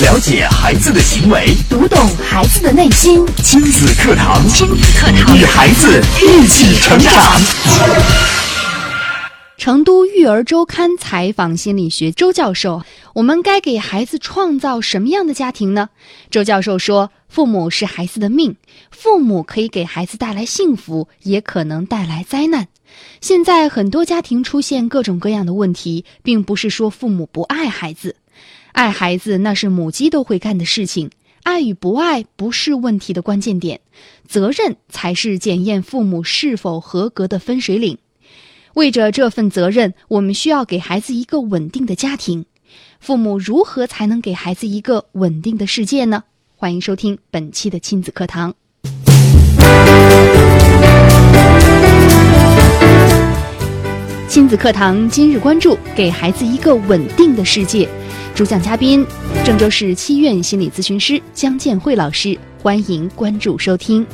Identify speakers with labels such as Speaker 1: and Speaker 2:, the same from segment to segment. Speaker 1: 了解孩子的行为，
Speaker 2: 读懂孩子的内心。
Speaker 1: 亲子课堂，
Speaker 2: 亲子课堂，
Speaker 1: 与孩子一起成长。
Speaker 3: 成都育儿周刊采访心理学周教授，我们该给孩子创造什么样的家庭呢？周教授说，父母是孩子的命，父母可以给孩子带来幸福，也可能带来灾难。现在很多家庭出现各种各样的问题，并不是说父母不爱孩子，爱孩子那是母鸡都会干的事情。爱与不爱不是问题的关键点，责任才是检验父母是否合格的分水岭。为着这份责任，我们需要给孩子一个稳定的家庭。父母如何才能给孩子一个稳定的世界呢？欢迎收听本期的亲子课堂。亲子课堂今日关注：给孩子一个稳定的世界。主讲嘉宾：郑州市七院心理咨询师江建慧老师。欢迎关注收听。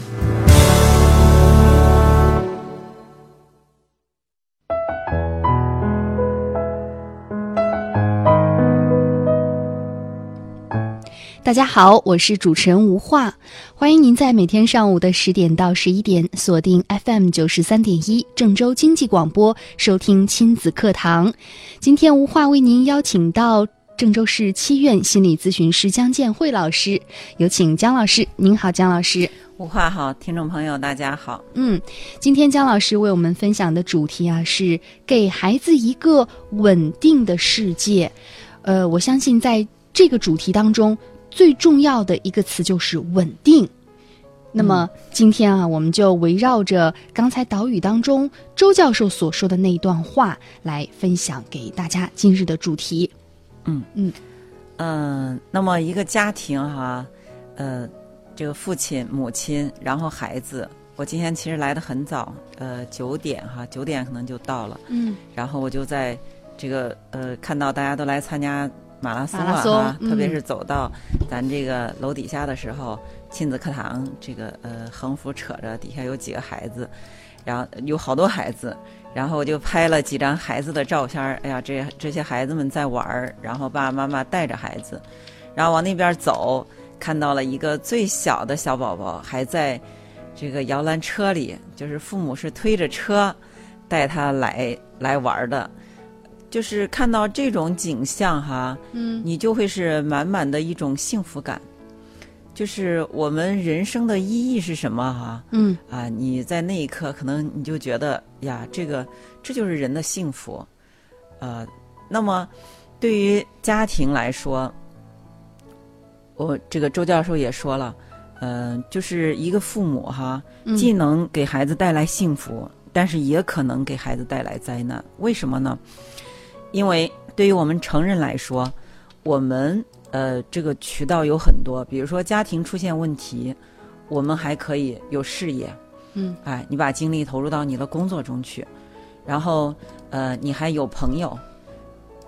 Speaker 3: 大家好，我是主持人吴化，欢迎您在每天上午的十点到十一点锁定 FM 九十三点一郑州经济广播收听亲子课堂。今天吴化为您邀请到郑州市七院心理咨询师江建慧老师，有请江老师。您好，江老师。
Speaker 4: 吴化好，听众朋友大家好。
Speaker 3: 嗯，今天姜老师为我们分享的主题啊是给孩子一个稳定的世界。呃，我相信在这个主题当中。最重要的一个词就是稳定。那么今天啊，我们就围绕着刚才导语当中周教授所说的那一段话来分享给大家今日的主题。
Speaker 4: 嗯
Speaker 3: 嗯
Speaker 4: 嗯、那么一个家庭哈、呃，这个父亲、母亲，然后孩子。我今天其实来的很早，呃，九点哈，九点可能就到了。
Speaker 3: 嗯
Speaker 4: 然后我就在这个呃，看到大家都来参加马拉松
Speaker 3: 马
Speaker 4: 了
Speaker 3: 拉
Speaker 4: 哈，
Speaker 3: 松嗯
Speaker 4: 特别是走到咱这个楼底下的时候，亲子课堂这个呃横幅扯着，底下有几个孩子，然后有好多孩子，然后我就拍了几张孩子的照片儿。哎呀，这这些孩子们在玩儿，然后爸爸妈妈带着孩子，然后往那边走，看到了一个最小的小宝宝还在这个摇篮车里，就是父母是推着车带他来来玩儿的。就是看到这种景象哈，
Speaker 3: 嗯
Speaker 4: 你就会是满满的一种幸福感。就是我们人生的意义是什么哈、
Speaker 3: 嗯
Speaker 4: 啊，你在那一刻可能你就觉得呀，这个这就是人的幸福，呃，那么对于家庭来说，我这个周教授也说了，嗯、就是一个父母哈，
Speaker 3: 嗯
Speaker 4: 既能给孩子带来幸福，但是也可能给孩子带来灾难。为什么呢？因为对于我们成人来说，我们呃这个渠道有很多，比如说家庭出现问题，我们还可以有事业，
Speaker 3: 嗯，
Speaker 4: 哎，你把精力投入到你的工作中去，然后呃你还有朋友，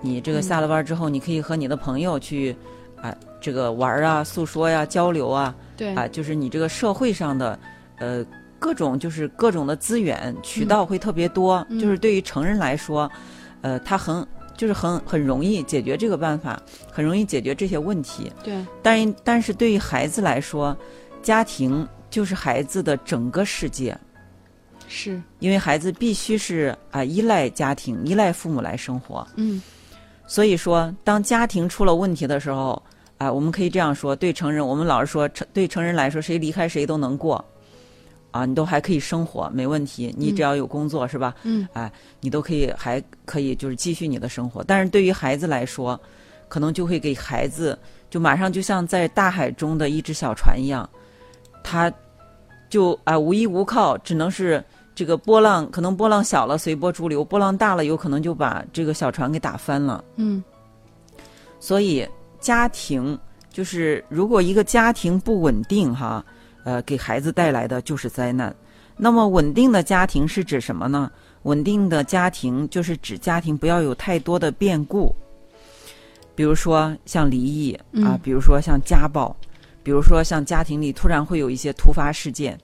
Speaker 4: 你这个下了班之后，你可以和你的朋友去啊、这个玩儿啊、诉说呀、交流啊，
Speaker 3: 对
Speaker 4: 啊，就是你这个社会上的呃各种就是各种的资源渠道会特别多，
Speaker 3: 嗯
Speaker 4: 就是对于成人来说，呃，他很就是很很容易解决这个办法，很容易解决这些问题。
Speaker 3: 对
Speaker 4: 但但是对于孩子来说，家庭就是孩子的整个世界，
Speaker 3: 是
Speaker 4: 因为孩子必须是啊、依赖家庭、依赖父母来生活。
Speaker 3: 嗯
Speaker 4: 所以说，当家庭出了问题的时候，啊、我们可以这样说：对成人，我们老是说，成对成人来说，谁离开谁都能过，啊，你都还可以生活，没问题。你只要有工作，是吧？
Speaker 3: 嗯
Speaker 4: 啊你都可以还可以就是继续你的生活。但是对于孩子来说，可能就会给孩子就马上就像在大海中的一只小船一样，他就啊、无依无靠，只能是这个波浪，可能波浪小了随波逐流，波浪大了有可能就把这个小船给打翻了。
Speaker 3: 嗯
Speaker 4: 所以家庭就是如果一个家庭不稳定哈，呃，给孩子带来的就是灾难。那么稳定的家庭是指什么呢？稳定的家庭就是指家庭不要有太多的变故，比如说像离异
Speaker 3: 嗯
Speaker 4: 啊，比如说像家暴，比如说像家庭里突然会有一些突发事件，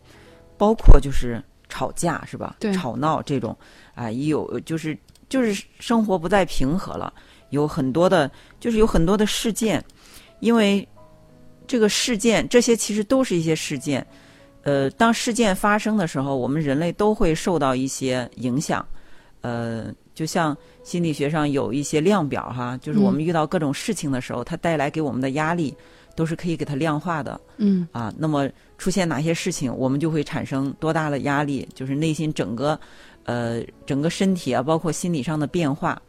Speaker 4: 包括就是吵架是吧？
Speaker 3: 对
Speaker 4: 吵闹这种啊，也有就是就是生活不再平和了，有很多的，就是有很多的事件，因为这个事件，这些其实都是一些事件。呃，当事件发生的时候，我们人类都会受到一些影响。呃，就像心理学上有一些量表哈，就是我们遇到各种事情的时候，它带来给我们的压力，都是可以给它量化的。
Speaker 3: 嗯
Speaker 4: 啊，那么出现哪些事情，我们就会产生多大的压力，就是内心整个，呃，整个身体啊，包括心理上的变化。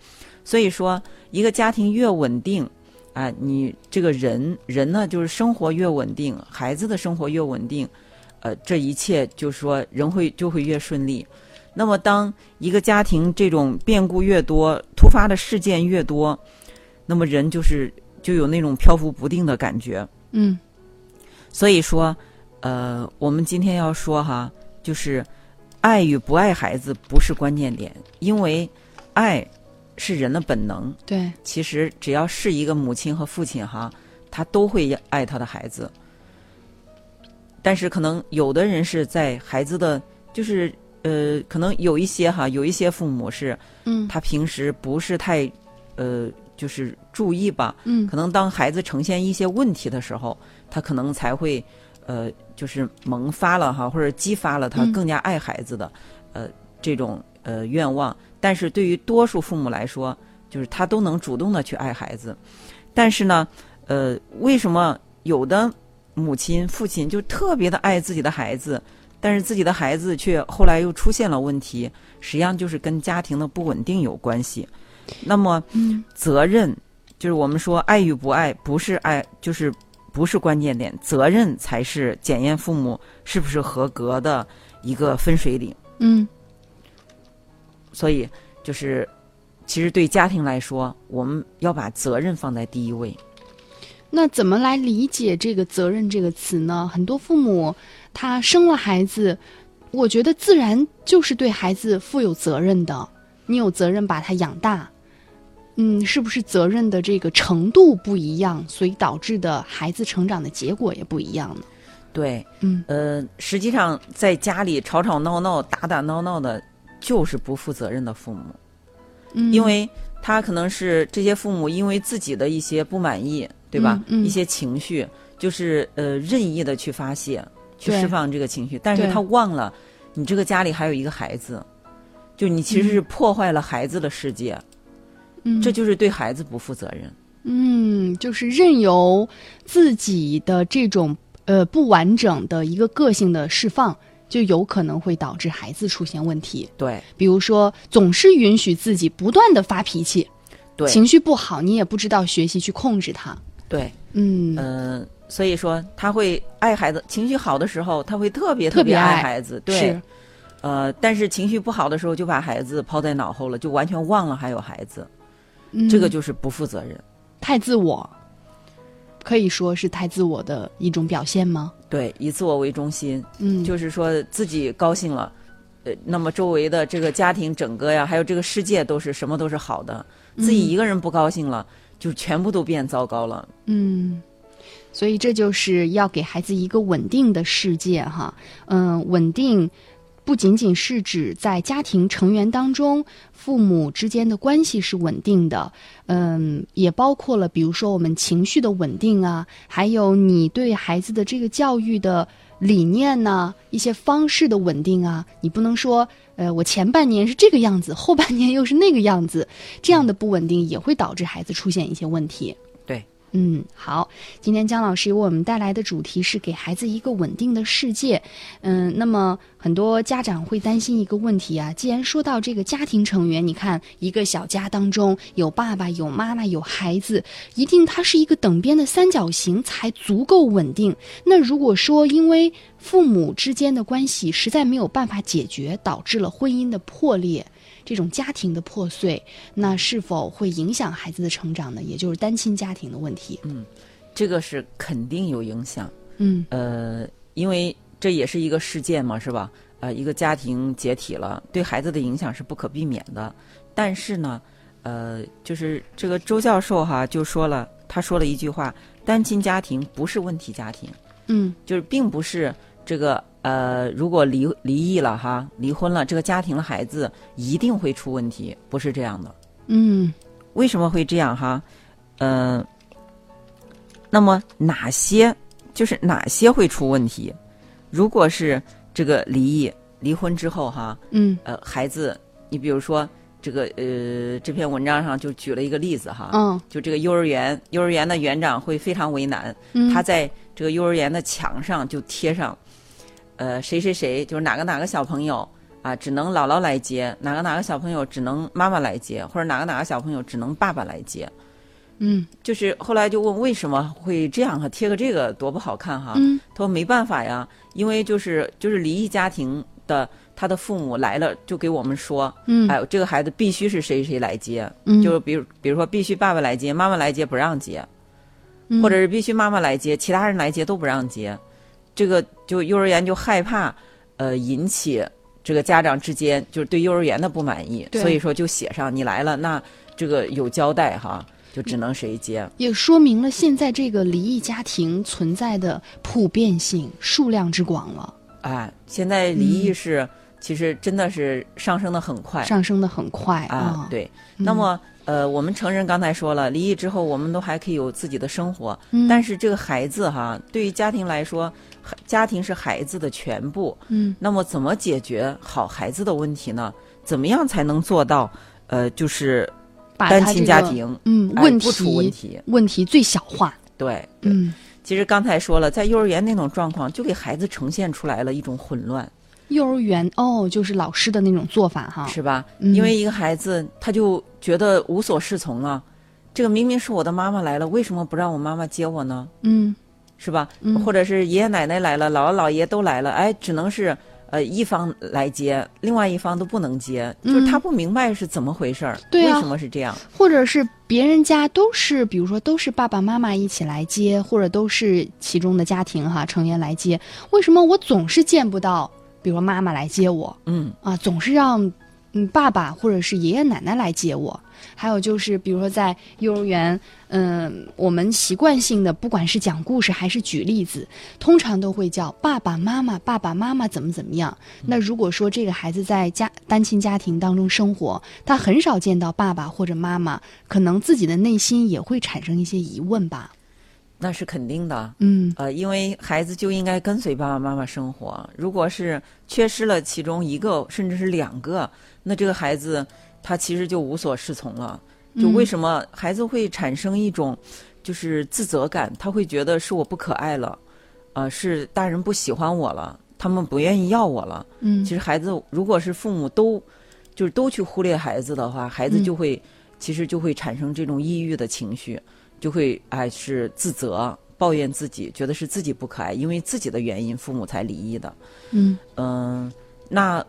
Speaker 4: 所以说，一个家庭越稳定，啊，你这个人人呢，就是生活越稳定，孩子的生活越稳定，呃，这一切就是说人会就会越顺利。那么，当一个家庭这种变故越多，突发的事件越多，那么人就是就有那种漂浮不定的感觉。
Speaker 3: 嗯
Speaker 4: 所以说，呃，我们今天要说哈，就是爱与不爱孩子不是关键点，因为爱是人的本能。
Speaker 3: 对，
Speaker 4: 其实只要是一个母亲和父亲哈，他都会爱他的孩子。但是可能有的人是在孩子的，就是呃，可能有一些哈，有一些父母是
Speaker 3: 嗯
Speaker 4: 他平时不是太呃，就是注意吧，
Speaker 3: 嗯
Speaker 4: 可能当孩子呈现一些问题的时候，他可能才会，呃，就是萌发了哈，或者激发了他
Speaker 3: 嗯
Speaker 4: 更加爱孩子的，呃，这种呃愿望。但是对于多数父母来说，就是他都能主动的去爱孩子，但是呢，呃，为什么有的母亲、父亲就特别的爱自己的孩子，但是自己的孩子却后来又出现了问题，实际上就是跟家庭的不稳定有关系。那么，
Speaker 3: 嗯
Speaker 4: 责任，就是我们说爱与不爱，不是爱，就是不是关键点，责任才是检验父母是不是合格的一个分水岭。
Speaker 3: 嗯
Speaker 4: 所以，就是其实对家庭来说，我们要把责任放在第一位。
Speaker 3: 那怎么来理解这个“责任”这个词呢？很多父母他生了孩子，我觉得自然就是对孩子负有责任的，你有责任把他养大。嗯，是不是责任的这个程度不一样，所以导致的孩子成长的结果也不一样呢？
Speaker 4: 对，
Speaker 3: 嗯
Speaker 4: 呃，实际上在家里吵吵闹闹、打打闹闹的，就是不负责任的父母。
Speaker 3: 嗯，
Speaker 4: 因为他可能是这些父母因为自己的一些不满意，对吧？
Speaker 3: 嗯嗯
Speaker 4: 一些情绪，就是呃任意的去发泄，去
Speaker 3: 对
Speaker 4: 释放这个情绪，但是
Speaker 3: 对
Speaker 4: 他忘了你这个家里还有一个孩子，就你其实是破坏了孩子的世界，
Speaker 3: 嗯
Speaker 4: 这就是对孩子不负责任。
Speaker 3: 嗯，就是任由自己的这种呃不完整的一个个性的释放，就有可能会导致孩子出现问题。
Speaker 4: 对
Speaker 3: 比如说，总是允许自己不断的发脾气，
Speaker 4: 对
Speaker 3: 情绪不好，你也不知道学习去控制它。
Speaker 4: 对，
Speaker 3: 嗯，
Speaker 4: 嗯、所以说他会爱孩子，情绪好的时候他会特别
Speaker 3: 特别
Speaker 4: 别
Speaker 3: 爱
Speaker 4: 爱孩子，对
Speaker 3: 是，，
Speaker 4: 呃，但是情绪不好的时候就把孩子抛在脑后了，就完全忘了还有孩子，
Speaker 3: 嗯
Speaker 4: 这个就是不负责任。
Speaker 3: 太自我，可以说是太自我的一种表现吗？
Speaker 4: 对，以自我为中心，
Speaker 3: 嗯，
Speaker 4: 就是说自己高兴了，呃，那么周围的这个家庭整个呀，还有这个世界都是什么都是好的，自己一个人不高兴了，就全部都变糟糕了。
Speaker 3: 嗯，所以这就是要给孩子一个稳定的世界哈。嗯，稳定不仅仅是指在家庭成员当中父母之间的关系是稳定的，嗯，也包括了比如说我们情绪的稳定啊，还有你对孩子的这个教育的理念呐、一些方式的稳定啊，你不能说。呃，我前半年是这个样子，后半年又是那个样子，这样的不稳定也会导致孩子出现一些问题。嗯，好，今天姜老师为我们带来的主题是给孩子一个稳定的世界。嗯，那么很多家长会担心一个问题啊，既然说到这个家庭成员，你看一个小家当中有爸爸、有妈妈、有孩子，一定它是一个等边的三角形才足够稳定。那如果说因为父母之间的关系实在没有办法解决，导致了婚姻的破裂，这种家庭的破碎，那是否会影响孩子的成长呢？也就是单亲家庭的问题。
Speaker 4: 这个是肯定有影响，
Speaker 3: 嗯
Speaker 4: 呃，因为这也是一个事件嘛，是吧？呃，一个家庭解体了，对孩子的影响是不可避免的。但是呢，呃，就是这个周教授哈就说了，他说了一句话：单亲家庭不是问题家庭。
Speaker 3: 嗯
Speaker 4: 就是并不是这个呃，如果离离异了哈，离婚了，这个家庭的孩子一定会出问题，不是这样的。
Speaker 3: 嗯
Speaker 4: 为什么会这样哈？嗯、呃那么哪些就是哪些会出问题？如果是这个离异、离婚之后哈，
Speaker 3: 嗯
Speaker 4: 呃，孩子，你比如说这个呃，这篇文章上就举了一个例子哈，
Speaker 3: 嗯
Speaker 4: 就这个幼儿园，幼儿园的园长会非常为难，
Speaker 3: 嗯，
Speaker 4: 他在这个幼儿园的墙上就贴上，呃，谁谁谁就是哪个哪个小朋友啊，只能姥姥来接；哪个哪个小朋友只能妈妈来接，或者哪个哪个小朋友只能爸爸来接。
Speaker 3: 嗯
Speaker 4: 就是后来就问为什么会这样哈，贴个这个多不好看哈。
Speaker 3: 嗯
Speaker 4: 他说没办法呀，因为就是就是离异家庭的他的父母来了就给我们说，
Speaker 3: 嗯，
Speaker 4: 哎，这个孩子必须是谁谁来接，
Speaker 3: 嗯
Speaker 4: 就是比如比如说必须爸爸来接，妈妈来接不让接，
Speaker 3: 嗯
Speaker 4: 或者是必须妈妈来接，其他人来接都不让接，这个就幼儿园就害怕，呃，引起这个家长之间就是对幼儿园的不满意，
Speaker 3: 对
Speaker 4: 所以说就写上你来了，那这个有交代哈，就只能谁接。
Speaker 3: 也说明了现在这个离异家庭存在的普遍性、数量之广了，
Speaker 4: 哎，现在离异是、其实真的是上升的很快
Speaker 3: 嗯上升的很快
Speaker 4: 哎
Speaker 3: 啊。，
Speaker 4: 啊，对。
Speaker 3: 嗯
Speaker 4: 那么呃，我们成人刚才说了，离异之后我们都还可以有自己的生活，
Speaker 3: 嗯
Speaker 4: 但是这个孩子哈，对于家庭来说，孩家庭是孩子的全部。
Speaker 3: 嗯
Speaker 4: 那么怎么解决好孩子的问题呢？怎么样才能做到呃，就是
Speaker 3: 把
Speaker 4: 单
Speaker 3: 他
Speaker 4: 亲
Speaker 3: 这
Speaker 4: 家
Speaker 3: 个
Speaker 4: 庭
Speaker 3: 嗯
Speaker 4: 哎
Speaker 3: 问
Speaker 4: 不出问
Speaker 3: 题
Speaker 4: 题？
Speaker 3: 问题最小化，
Speaker 4: 对，对
Speaker 3: 嗯，
Speaker 4: 其实刚才说了，在幼儿园那种状况，就给孩子呈现出来了一种混乱。
Speaker 3: 幼儿园哦，就是老师的那种做法哈，
Speaker 4: 是吧？
Speaker 3: 嗯
Speaker 4: 因为一个孩子他就觉得无所适从了，这个明明是我的妈妈来了，为什么不让我妈妈接我呢？
Speaker 3: 嗯
Speaker 4: 是吧？
Speaker 3: 嗯
Speaker 4: 或者是爷爷奶奶来了，姥姥姥爷都来了，哎，只能是呃一方来接，另外一方都不能接，就是他不明白是怎么回事儿，
Speaker 3: 嗯对啊
Speaker 4: 为什么是这样？
Speaker 3: 或者是别人家都是，比如说都是爸爸妈妈一起来接，或者都是其中的家庭哈成员来接，为什么我总是见不到，比如说妈妈来接我
Speaker 4: 嗯，
Speaker 3: 啊，总是让嗯爸爸或者是爷爷奶奶来接我？还有就是，比如说在幼儿园，嗯、我们习惯性的不管是讲故事还是举例子，通常都会叫爸爸妈妈，爸爸妈妈怎么怎么样。
Speaker 4: 嗯
Speaker 3: 那如果说这个孩子在家单亲家庭当中生活，他很少见到爸爸或者妈妈，可能自己的内心也会产生一些疑问吧。
Speaker 4: 那是肯定的。
Speaker 3: 嗯
Speaker 4: 呃，因为孩子就应该跟随爸爸妈妈生活。如果是缺失了其中一个，甚至是两个，那这个孩子他其实就无所适从了。就为什么孩子会产生一种就是自责感，他会觉得是我不可爱了，呃，是大人不喜欢我了，他们不愿意要我了。
Speaker 3: 嗯
Speaker 4: 其实孩子如果是父母都就是都去忽略孩子的话，孩子
Speaker 3: 嗯
Speaker 4: 就会、其实就会产生这种抑郁的情绪，就会哎是自责、抱怨自己，觉得是自己不可爱，因为自己的原因父母才离异的。
Speaker 3: 嗯
Speaker 4: 嗯，那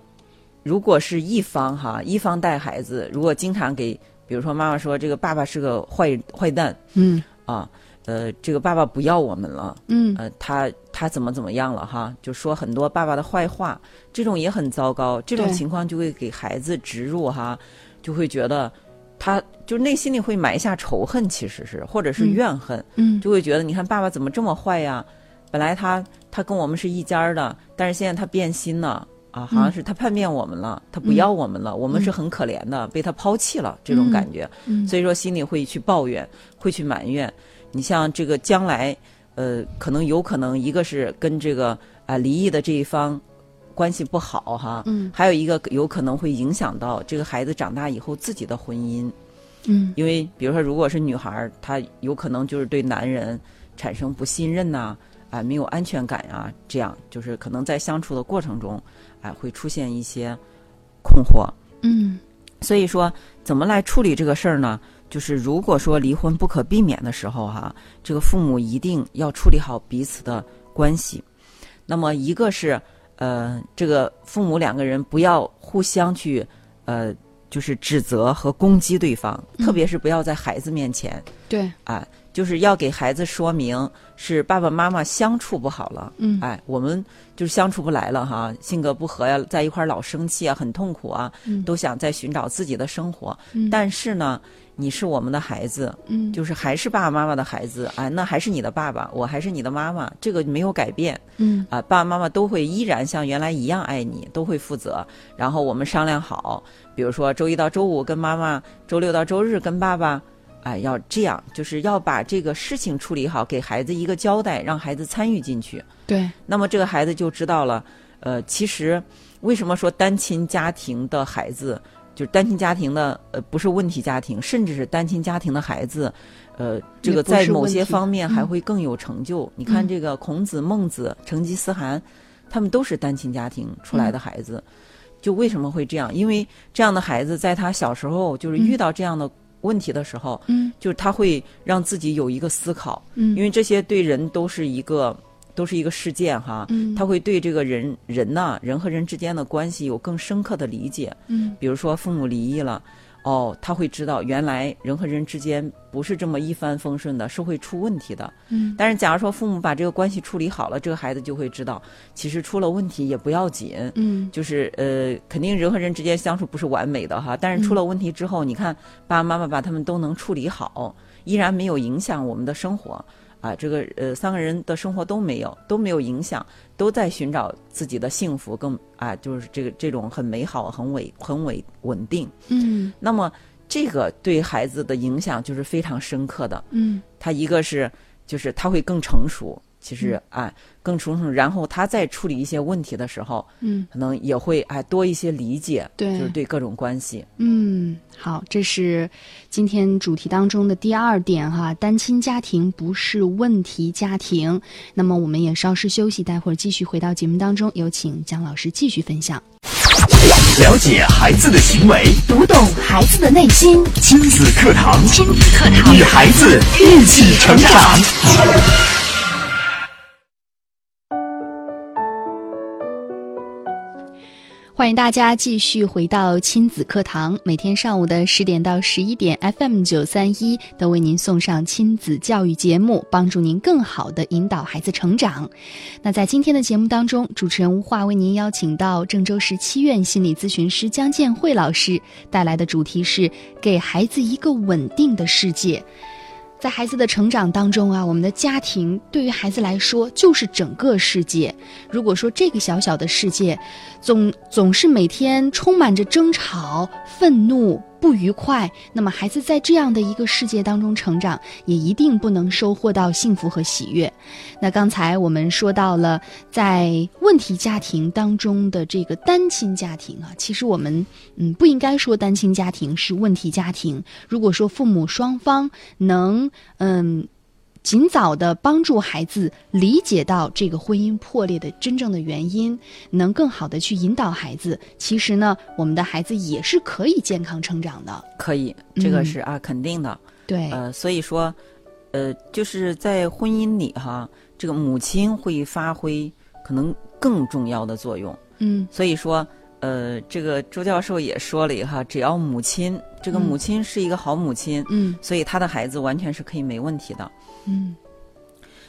Speaker 4: 如果是一方哈，一方带孩子，如果经常给，比如说妈妈说这个爸爸是个坏坏蛋
Speaker 3: 嗯
Speaker 4: 啊，呃，这个爸爸不要我们了。
Speaker 3: 嗯
Speaker 4: 呃，他他怎么怎么样了哈，就说很多爸爸的坏话，这种也很糟糕。这种
Speaker 3: 对
Speaker 4: 情况就会给孩子植入哈，就会觉得他就内心里会埋下仇恨，其实是或者是
Speaker 3: 嗯
Speaker 4: 怨恨，
Speaker 3: 嗯
Speaker 4: 就会觉得你看爸爸怎么这么坏呀？本来他他跟我们是一家儿的，但是现在他变心了啊，好像
Speaker 3: 嗯
Speaker 4: 是他叛变我们了，他不
Speaker 3: 嗯
Speaker 4: 要我们了，我们是
Speaker 3: 嗯
Speaker 4: 很可怜的，被他抛弃了这
Speaker 3: 嗯
Speaker 4: 种感觉。
Speaker 3: 嗯，
Speaker 4: 所以说心里会去抱怨，会去埋怨。你像这个将来，呃，可能有可能一个是跟这个啊、离异的这一方关系不好哈，
Speaker 3: 嗯
Speaker 4: 还有一个有可能会影响到这个孩子长大以后自己的婚姻，
Speaker 3: 嗯
Speaker 4: 因为比如说如果是女孩儿，她有可能就是对男人产生不信任呐、啊、没有安全感啊，这样就是可能在相处的过程中，啊、会出现一些困惑。
Speaker 3: 嗯
Speaker 4: 所以说，怎么来处理这个事儿呢？就是如果说离婚不可避免的时候、哈，这个父母一定要处理好彼此的关系。那么，一个是呃，这个父母两个人不要互相去呃，就是指责和攻击对方，
Speaker 3: 嗯
Speaker 4: 特别是不要在孩子面前
Speaker 3: 对
Speaker 4: 啊，就是要给孩子说明是爸爸妈妈相处不好了，
Speaker 3: 嗯
Speaker 4: 哎，我们就是相处不来了哈，性格不合呀，在一块儿老生气啊，很痛苦啊，
Speaker 3: 嗯
Speaker 4: 都想再寻找自己的生活。
Speaker 3: 嗯
Speaker 4: 但是呢，你是我们的孩子，
Speaker 3: 嗯
Speaker 4: 就是还是爸爸妈妈的孩子啊，那还是你的爸爸，我还是你的妈妈，这个没有改变
Speaker 3: 嗯
Speaker 4: 啊。爸爸妈妈都会依然像原来一样爱你，都会负责。然后我们商量好，比如说周一到周五跟妈妈，周六到周日跟爸爸。啊、要这样，就是要把这个事情处理好，给孩子一个交代，让孩子参与进去。
Speaker 3: 对，
Speaker 4: 那么这个孩子就知道了，呃，其实为什么说单亲家庭的孩子，就是单亲家庭的，呃，不是问题家庭，甚至是单亲家庭的孩子，呃，这个
Speaker 3: 也不是
Speaker 4: 在某
Speaker 3: 问
Speaker 4: 些
Speaker 3: 题嗯
Speaker 4: 方面还会更有成就。你看这个孔子、孟子、成吉思汗，他们都是单亲家庭出
Speaker 3: 嗯
Speaker 4: 来的孩子，就为什么会这样？因为这样的孩子在他小时候就是遇到这样的问题的时候，
Speaker 3: 嗯
Speaker 4: 就是他会让自己有一个思考，
Speaker 3: 嗯，
Speaker 4: 因为这些对人都是一个都是一个事件哈，
Speaker 3: 嗯
Speaker 4: 他会对这个人人呐、人和人之间的关系有更深刻的理解。
Speaker 3: 嗯
Speaker 4: 比如说父母离异了，哦，他会知道原来人和人之间不是这么一帆风顺的，是会出问题的。
Speaker 3: 嗯
Speaker 4: 但是假如说父母把这个关系处理好了，这个孩子就会知道，其实出了问题也不要紧。
Speaker 3: 嗯
Speaker 4: 就是呃，肯定人和人之间相处不是完美的哈，但是出了问题之后，你看爸爸妈妈把他们都能处理好，依然没有影响我们的生活啊。这个呃，三个人的生活都没有都没有影响，都在寻找自己的幸福，更啊，就是这个这种很美好、很稳、很稳稳定。
Speaker 3: 嗯
Speaker 4: 那么这个对孩子的影响就是非常深刻的。
Speaker 3: 嗯
Speaker 4: 他一个是就是他会更成熟，其实啊更成熟，然后他在处理一些问题的时候。
Speaker 3: 嗯。
Speaker 4: 可能也会哎多一些理解，
Speaker 3: 对
Speaker 4: 就是对各种关系，
Speaker 3: 嗯，好，这是今天主题当中的第二点哈，单亲家庭不是问题家庭。那么我们也稍事休息，待会儿继续回到节目当中，有请姜老师继续分享。
Speaker 1: 了解孩子的行为，
Speaker 2: 读懂孩子的内心。
Speaker 1: 亲子课堂，
Speaker 2: 亲子课堂，
Speaker 1: 与孩子一起成长。
Speaker 3: 欢迎大家继续回到亲子课堂，每天上午的十点到十一点，FM 九三一都为您送上亲子教育节目，帮助您更好的引导孩子成长。那在今天的节目当中，主持人吴化为您邀请到郑州市七院心理咨询师姜建慧老师带来的主题是“给孩子一个稳定的世界”。在孩子的成长当中啊，我们的家庭对于孩子来说就是整个世界。如果说这个小小的世界总总是每天充满着争吵、愤怒、不愉快，那么孩子在这样的一个世界当中成长，也一定不能收获到幸福和喜悦。那刚才我们说到了，在问题家庭当中的这个单亲家庭啊，其实我们嗯不应该说单亲家庭是问题家庭。如果说父母双方能嗯尽早的帮助孩子理解到这个婚姻破裂的真正的原因，能更好的去引导孩子。其实呢，我们的孩子也是可以健康成长的。
Speaker 4: 可以，
Speaker 3: 嗯哎
Speaker 4: 这个是啊肯定的，
Speaker 3: 对，
Speaker 4: 呃，所以说，呃，就是在婚姻里哈，这个母亲会发挥可能更重要的作用，
Speaker 3: 嗯
Speaker 4: 所以说，呃，这个周教授也说了哈，只要母亲，这个
Speaker 3: 嗯
Speaker 4: 母亲是一个好母亲，
Speaker 3: 嗯
Speaker 4: 所以她的孩子完全是可以没问题的，
Speaker 3: 嗯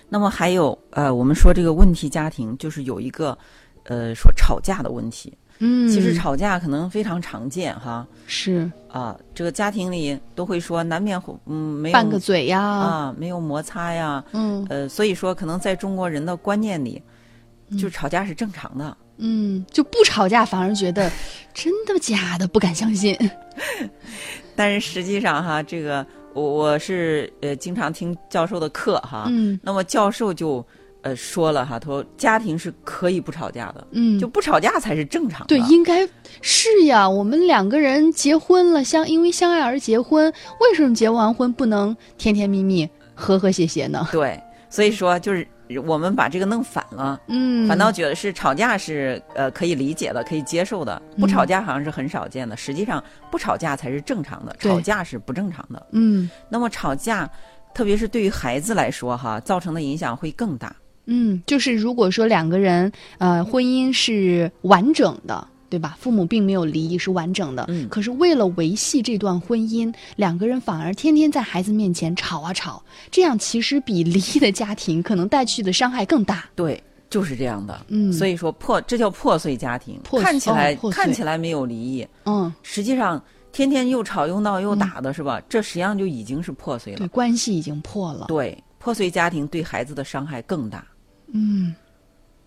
Speaker 4: 那么还有呃，我们说这个问题家庭，就是有一个，呃，说吵架的问题。
Speaker 3: 嗯，
Speaker 4: 其实吵架可能非常常见哈，
Speaker 3: 是
Speaker 4: 啊，这个家庭里都会说，难免会嗯没有
Speaker 3: 拌个嘴呀，
Speaker 4: 啊，没有摩擦呀，
Speaker 3: 嗯
Speaker 4: 呃，所以说可能在中国人的观念里，就是吵架是正常的。
Speaker 3: 嗯，就不吵架反而觉 得真的假的，不敢相信。
Speaker 4: 但是实际上哈，这个我我是呃经常听教授的课哈，
Speaker 3: 嗯
Speaker 4: 那么教授就呃说了哈，他说家庭是可以不吵架的，
Speaker 3: 嗯，
Speaker 4: 就不吵架才是正常的。
Speaker 3: 对，应该是呀。我们两个人结婚了，相因为相爱而结婚，为什么结完婚不能甜甜蜜蜜、和和谐谐呢？
Speaker 4: 对，所以说就是我们把这个弄反了，
Speaker 3: 嗯，
Speaker 4: 反倒觉得是吵架是呃可以理解的、可以接受的，不吵架好像是很少见的。实际上，不吵架才是正常的，
Speaker 3: 对
Speaker 4: 吵架是不正常的。
Speaker 3: 嗯
Speaker 4: 那么吵架，特别是对于孩子来说哈，造成的影响会更大。
Speaker 3: 嗯，就是如果说两个人呃婚姻是完整的。对吧？父母并没有离异，是完整的。
Speaker 4: 嗯
Speaker 3: 可是为了维系这段婚姻，两个人反而天天在孩子面前吵啊吵，这样其实比离异的家庭可能带去的伤害更大。
Speaker 4: 对，就是这样的。
Speaker 3: 嗯
Speaker 4: 所以说破，这叫破碎家庭。
Speaker 3: 破碎
Speaker 4: 看起来、
Speaker 3: 哦破碎
Speaker 4: 看起来没有离异，
Speaker 3: 嗯，
Speaker 4: 实际上天天又吵又闹又打的是吧？这实际上就已经是破碎
Speaker 3: 对，
Speaker 4: 了。
Speaker 3: 关系已经破了。
Speaker 4: 对，破碎家庭对孩子的伤害更大。
Speaker 3: 嗯，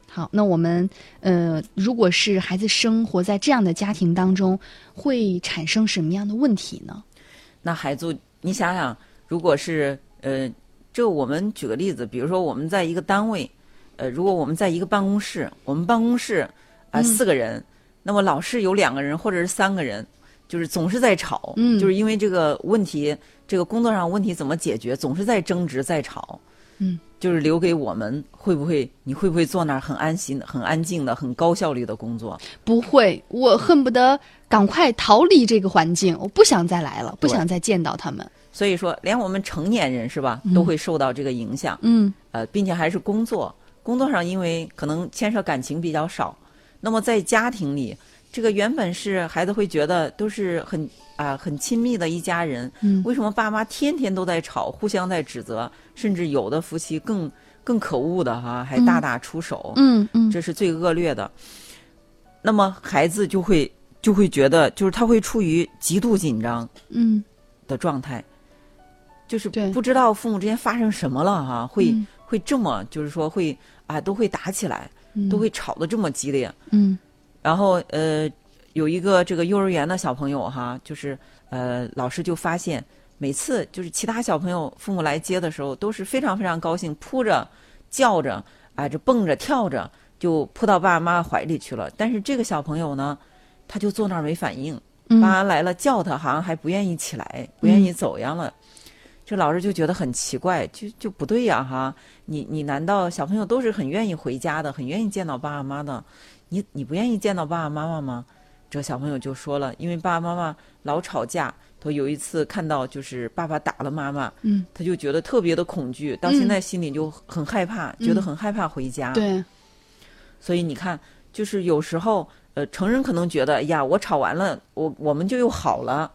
Speaker 3: 好，那我们呃，如果是孩子生活在这样的家庭当中，会产生什么样的问题呢？
Speaker 4: 那孩子，你想想，如果是呃，这我们举个例子，比如说我们在一个单位，呃，如果我们在一个办公室，我们办公室啊、
Speaker 3: 嗯
Speaker 4: 呃四个人，那么老是有两个人或者是三个人，就是总是在吵，
Speaker 3: 嗯
Speaker 4: 就是因为这个问题，这个工作上问题怎么解决，总是在争执在吵，
Speaker 3: 嗯，
Speaker 4: 就是留给我们会不会，你会不会坐那儿很安心、很安静的、很高效率的工作？
Speaker 3: 不会，我恨不得赶快逃离这个环境，我不想再来了，不想再见到他们。
Speaker 4: 所以说，连我们成年人是吧，都会受到这个影响。
Speaker 3: 嗯
Speaker 4: 呃，并且还是工作，工作上因为可能牵涉感情比较少，那么在家庭里，这个原本是孩子会觉得都是很啊、很亲密的一家人，
Speaker 3: 嗯
Speaker 4: 为什么爸妈天天都在吵，互相在指责，甚至有的夫妻更更可恶的哈、还大打出手，
Speaker 3: 嗯嗯
Speaker 4: 这是最恶劣的。那么孩子就会就会觉得，就是他会处于极度紧张，
Speaker 3: 嗯，
Speaker 4: 的状态，就是
Speaker 3: 对
Speaker 4: 不知道父母之间发生什么了哈、会、
Speaker 3: 嗯
Speaker 4: 会这么就是说会啊都会打起来，
Speaker 3: 嗯
Speaker 4: 都会吵得这么激烈。
Speaker 3: 嗯
Speaker 4: 然后呃，有一个这个幼儿园的小朋友哈，就是呃老师就发现，每次就是其他小朋友父母来接的时候都是非常非常高兴，扑着叫着啊这蹦着跳着就扑到爸爸妈妈怀里去了，但是这个小朋友呢，他就坐那儿没反应。爸
Speaker 3: 嗯
Speaker 4: 妈来了叫他，好像还不愿意起来，不愿意走样了。这老师就觉得很奇怪，就就不对呀、哈！你你难道小朋友都是很愿意回家的，很愿意见到爸爸妈妈的？你你不愿意见到爸爸妈妈吗？这小朋友就说了，因为爸爸妈妈老吵架，他有一次看到就是爸爸打了妈妈，
Speaker 3: 嗯，
Speaker 4: 他就觉得特别的恐惧，到现在心里就很害怕，觉得很害怕回家。
Speaker 3: 对，
Speaker 4: 所以你看，就是有时候，呃，成人可能觉得，哎呀，我吵完了，我我们就又好了，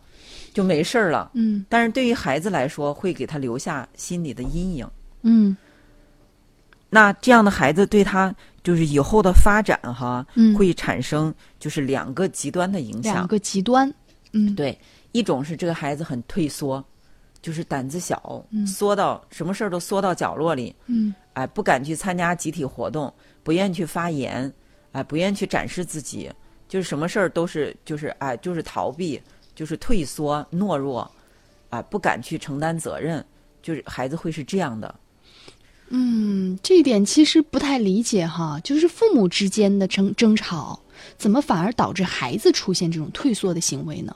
Speaker 4: 就没事儿了。
Speaker 3: 嗯
Speaker 4: 但是对于孩子来说，会给他留下心理的阴影。
Speaker 3: 嗯
Speaker 4: 那这样的孩子对他就是以后的发展哈，
Speaker 3: 嗯，
Speaker 4: 会产生就是两个极端的影
Speaker 3: 两
Speaker 4: 响。
Speaker 3: 个极端。嗯，
Speaker 4: 对，一种是这个孩子很退缩，就是胆子小，
Speaker 3: 嗯
Speaker 4: 缩到什么事儿都缩到角落里，
Speaker 3: 嗯
Speaker 4: 哎，不敢去参加集体活动，不愿去发言，哎，不愿去展示自己，就是什么事儿都是就是哎，就是逃避，就是退缩、懦弱，哎，不敢去承担责任，就是孩子会是这样的。
Speaker 3: 嗯，这一点其实不太理解哈，就是父母之间的争争吵，怎么反而导致孩子出现这种退缩的行为呢？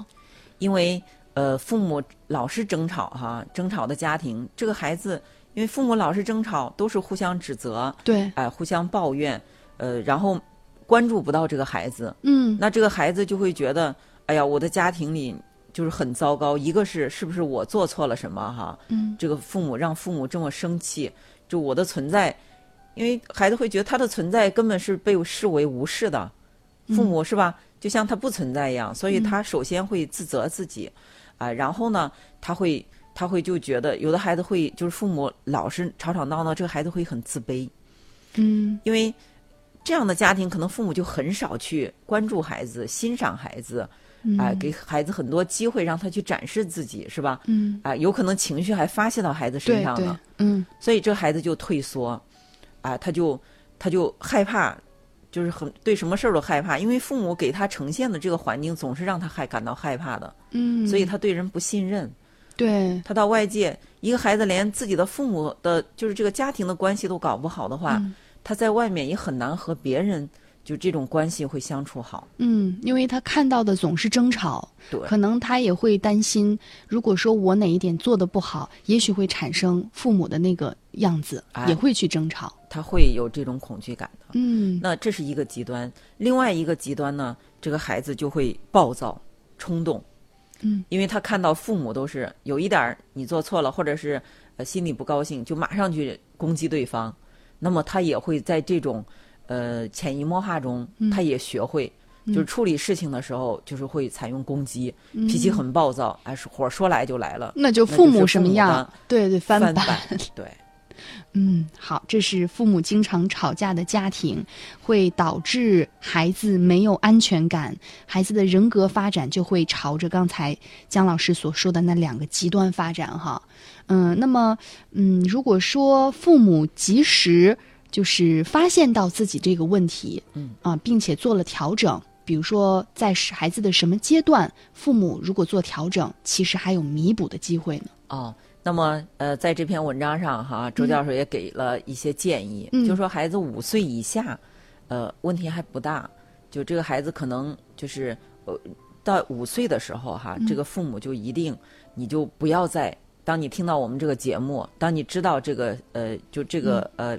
Speaker 4: 因为呃，父母老是争吵哈，争吵的家庭，这个孩子因为父母老是争吵，都是互相指责，
Speaker 3: 对，
Speaker 4: 哎，互相抱怨，呃，然后关注不到这个孩子，
Speaker 3: 嗯
Speaker 4: 那这个孩子就会觉得，哎呀，我的家庭里就是很糟糕。一个是是不是我做错了什么哈？
Speaker 3: 嗯
Speaker 4: 这个父母让父母这么生气，就我的存在，因为孩子会觉得他的存在根本是被视为无视的，
Speaker 3: 嗯
Speaker 4: 父母是吧？就像他不存在一样，所以他首先会自责自己，啊、然后呢，他会他会就觉得有的孩子会就是父母老是吵吵闹闹，这个孩子会很自卑，
Speaker 3: 嗯
Speaker 4: 因为这样的家庭可能父母就很少去关注孩子、欣赏孩子，
Speaker 3: 嗯
Speaker 4: 啊、给孩子很多机会让他去展示自己，是吧？
Speaker 3: 嗯，
Speaker 4: 啊、有可能情绪还发泄到孩子身
Speaker 3: 对
Speaker 4: 上
Speaker 3: 对
Speaker 4: 了，，
Speaker 3: 嗯
Speaker 4: 所以这孩子就退缩，啊、他就他就害怕，就是很对什么事儿都害怕，因为父母给他呈现的这个环境总是让他害感到害怕的，
Speaker 3: 嗯，
Speaker 4: 所以他对人不信任。
Speaker 3: 对，
Speaker 4: 他到外界，一个孩子连自己的父母的，就是这个家庭的关系都搞不好的
Speaker 3: 嗯
Speaker 4: 话，他在外面也很难和别人就这种关系会相处好。
Speaker 3: 嗯，因为他看到的总是争吵，
Speaker 4: 对
Speaker 3: 可能他也会担心，如果说我哪一点做的不好，也许会产生父母的那个样子，
Speaker 4: 哎
Speaker 3: 也会去争吵。
Speaker 4: 他会有这种恐惧感的。
Speaker 3: 嗯
Speaker 4: 那这是一个极端，另外一个极端呢，这个孩子就会暴躁、冲动，
Speaker 3: 嗯，
Speaker 4: 因为他看到父母都是有一点儿你做错了，或者是呃心里不高兴，就马上去攻击对方，那么他也会在这种呃潜移默化中，他也学会。就是处理事情的时候，就是会采用攻击，
Speaker 3: 嗯
Speaker 4: 脾气很暴躁，哎，火说来就来了，
Speaker 3: 那就
Speaker 4: 那
Speaker 3: 父
Speaker 4: 就是
Speaker 3: 母什么
Speaker 4: 父母
Speaker 3: 样
Speaker 4: 的，
Speaker 3: 对对，翻
Speaker 4: 翻
Speaker 3: 版。
Speaker 4: 版，对，
Speaker 3: 嗯，好，这是父母经常吵架的家庭，会导致孩子没有安全感，孩子的人格发展就会朝着刚才姜老师所说的那两个极端发展哈。嗯，那么，嗯，如果说父母及时就是发现到自己这个问题，
Speaker 4: 嗯
Speaker 3: 啊，并且做了调整。比如说，在孩子的什么阶段，父母如果做调整，其实还有弥补的机会呢。
Speaker 4: 哦，那么，呃，在这篇文章上哈，周教授也给了一些建议，
Speaker 3: 嗯
Speaker 4: 就说孩子五岁以下，呃，问题还不大，就这个孩子可能就是呃，到五岁的时候哈，
Speaker 3: 嗯
Speaker 4: 这个父母就一定，你就不要再，当你听到我们这个节目，当你知道这个呃，就这个、呃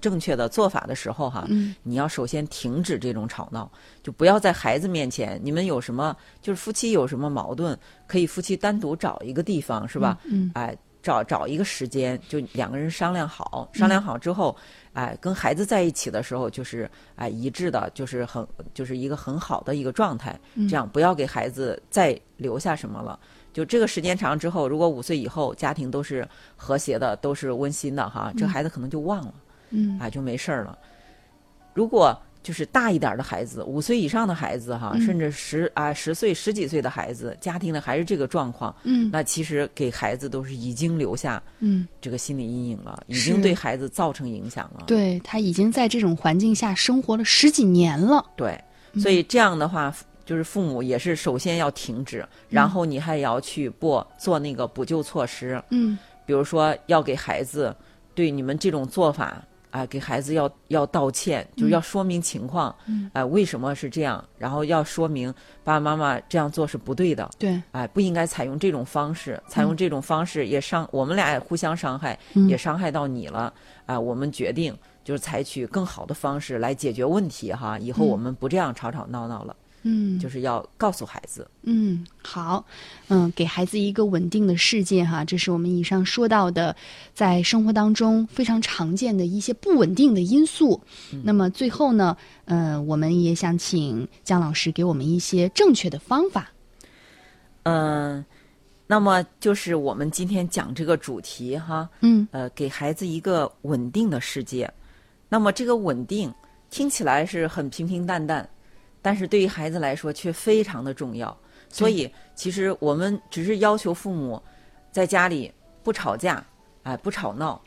Speaker 4: 正确的做法的时候哈，
Speaker 3: 嗯
Speaker 4: 你要首先停止这种吵闹，就不要在孩子面前，你们有什么就是夫妻有什么矛盾，可以夫妻单独找一个地方是吧？
Speaker 3: 嗯
Speaker 4: 哎，找找一个时间，就两个人商量好，商量好之后，哎，跟孩子在一起的时候，就是哎一致的，就是很就是一个很好的一个状态，
Speaker 3: 嗯
Speaker 4: 这样不要给孩子再留下什么了。就这个时间长之后，如果五岁以后家庭都是和谐的，都是温馨的哈，这孩子可能就忘了。
Speaker 3: 嗯
Speaker 4: 啊，就没事儿了。如果就是大一点儿的孩子，五岁以上的孩子哈，
Speaker 3: 嗯
Speaker 4: 甚至十啊十岁十几岁的孩子，家庭呢还是这个状况，
Speaker 3: 嗯
Speaker 4: 那其实给孩子都是已经留下
Speaker 3: 嗯，
Speaker 4: 这个心理阴影了，已
Speaker 3: 是
Speaker 4: 经对孩子造成影响了。
Speaker 3: 对他已经在这种环境下生活了十几年了。
Speaker 4: 对，
Speaker 3: 嗯
Speaker 4: 所以这样的话，就是父母也是首先要停止，然后你还要去做做那个补救措施，
Speaker 3: 嗯
Speaker 4: 比如说要给孩子对你们这种做法啊，给孩子要要道歉，就是要说明情况，嗯，啊，为什么是这样，然后要说明爸爸妈妈这样做是不对的。
Speaker 3: 对，
Speaker 4: 哎，不应该采用这种方式，采用这种方式也伤、我们俩也互相伤害，
Speaker 3: 嗯
Speaker 4: 也伤害到你了。啊、我们决定就是采取更好的方式来解决问题哈。以后我们不这样吵吵闹闹了，
Speaker 3: 嗯
Speaker 4: 就是要告诉孩子。
Speaker 3: 嗯，好，嗯，给孩子一个稳定的世界哈，这是我们以上说到的，在生活当中非常常见的一些不稳定的因素。
Speaker 4: 嗯
Speaker 3: 那么最后呢，呃，我们也想请姜老师给我们一些正确的方法。
Speaker 4: 嗯，那么就是我们今天讲这个主题哈，
Speaker 3: 嗯
Speaker 4: 呃，给孩子一个稳定的世界。那么这个稳定听起来是很平平淡淡，但是对于孩子来说却非常的重要。所以，其实我们只是要求父母在家里不吵架，哎、不吵闹，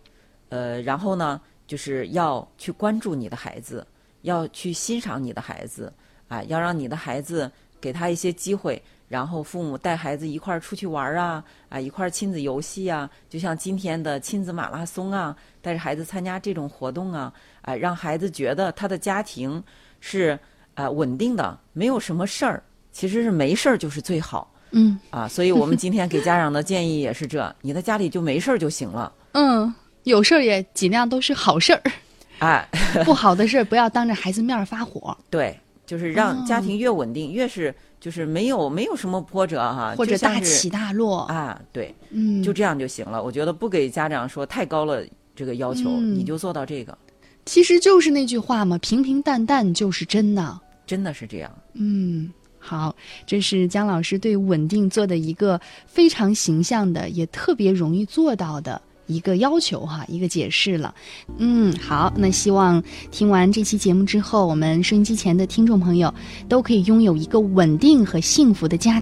Speaker 4: 呃，然后呢，就是要去关注你的孩子，要去欣赏你的孩子，啊、要让你的孩子给他一些机会，然后父母带孩子一块儿出去玩儿啊，啊、一块儿亲子游戏啊，就像今天的亲子马拉松啊，带着孩子参加这种活动啊，啊、让孩子觉得他的家庭是呃稳定的，没有什么事儿，其实是没事儿就是最好
Speaker 3: 嗯
Speaker 4: 啊。所以我们今天给家长的建议也是这，你在家里就没事儿就行了，
Speaker 3: 嗯，有事儿也尽量都是好 事儿，
Speaker 4: 哎。
Speaker 3: 不好的事儿不要当着孩子面儿发火，
Speaker 4: 对，就是
Speaker 3: 哦
Speaker 4: 让家庭越稳定，越是就是没有没有什么波折哈、
Speaker 3: 或者
Speaker 4: 啊就像
Speaker 3: 大
Speaker 4: 是
Speaker 3: 起大落。
Speaker 4: 啊，对，
Speaker 3: 嗯，
Speaker 4: 就这样就行了。我觉得不给家长说太高了这个要求，
Speaker 3: 嗯
Speaker 4: 你就做到这个，
Speaker 3: 其实就是那句话嘛，平平淡淡就是真的。
Speaker 4: 真的是这样。
Speaker 3: 嗯，好，这是姜老师对稳定做的一个非常形象的，也特别容易做到的。一个要求哈，一个解释了，嗯，好，那希望听完这期节目之后，我们收音机前的听众朋友都可以拥有一个稳定和幸福的家。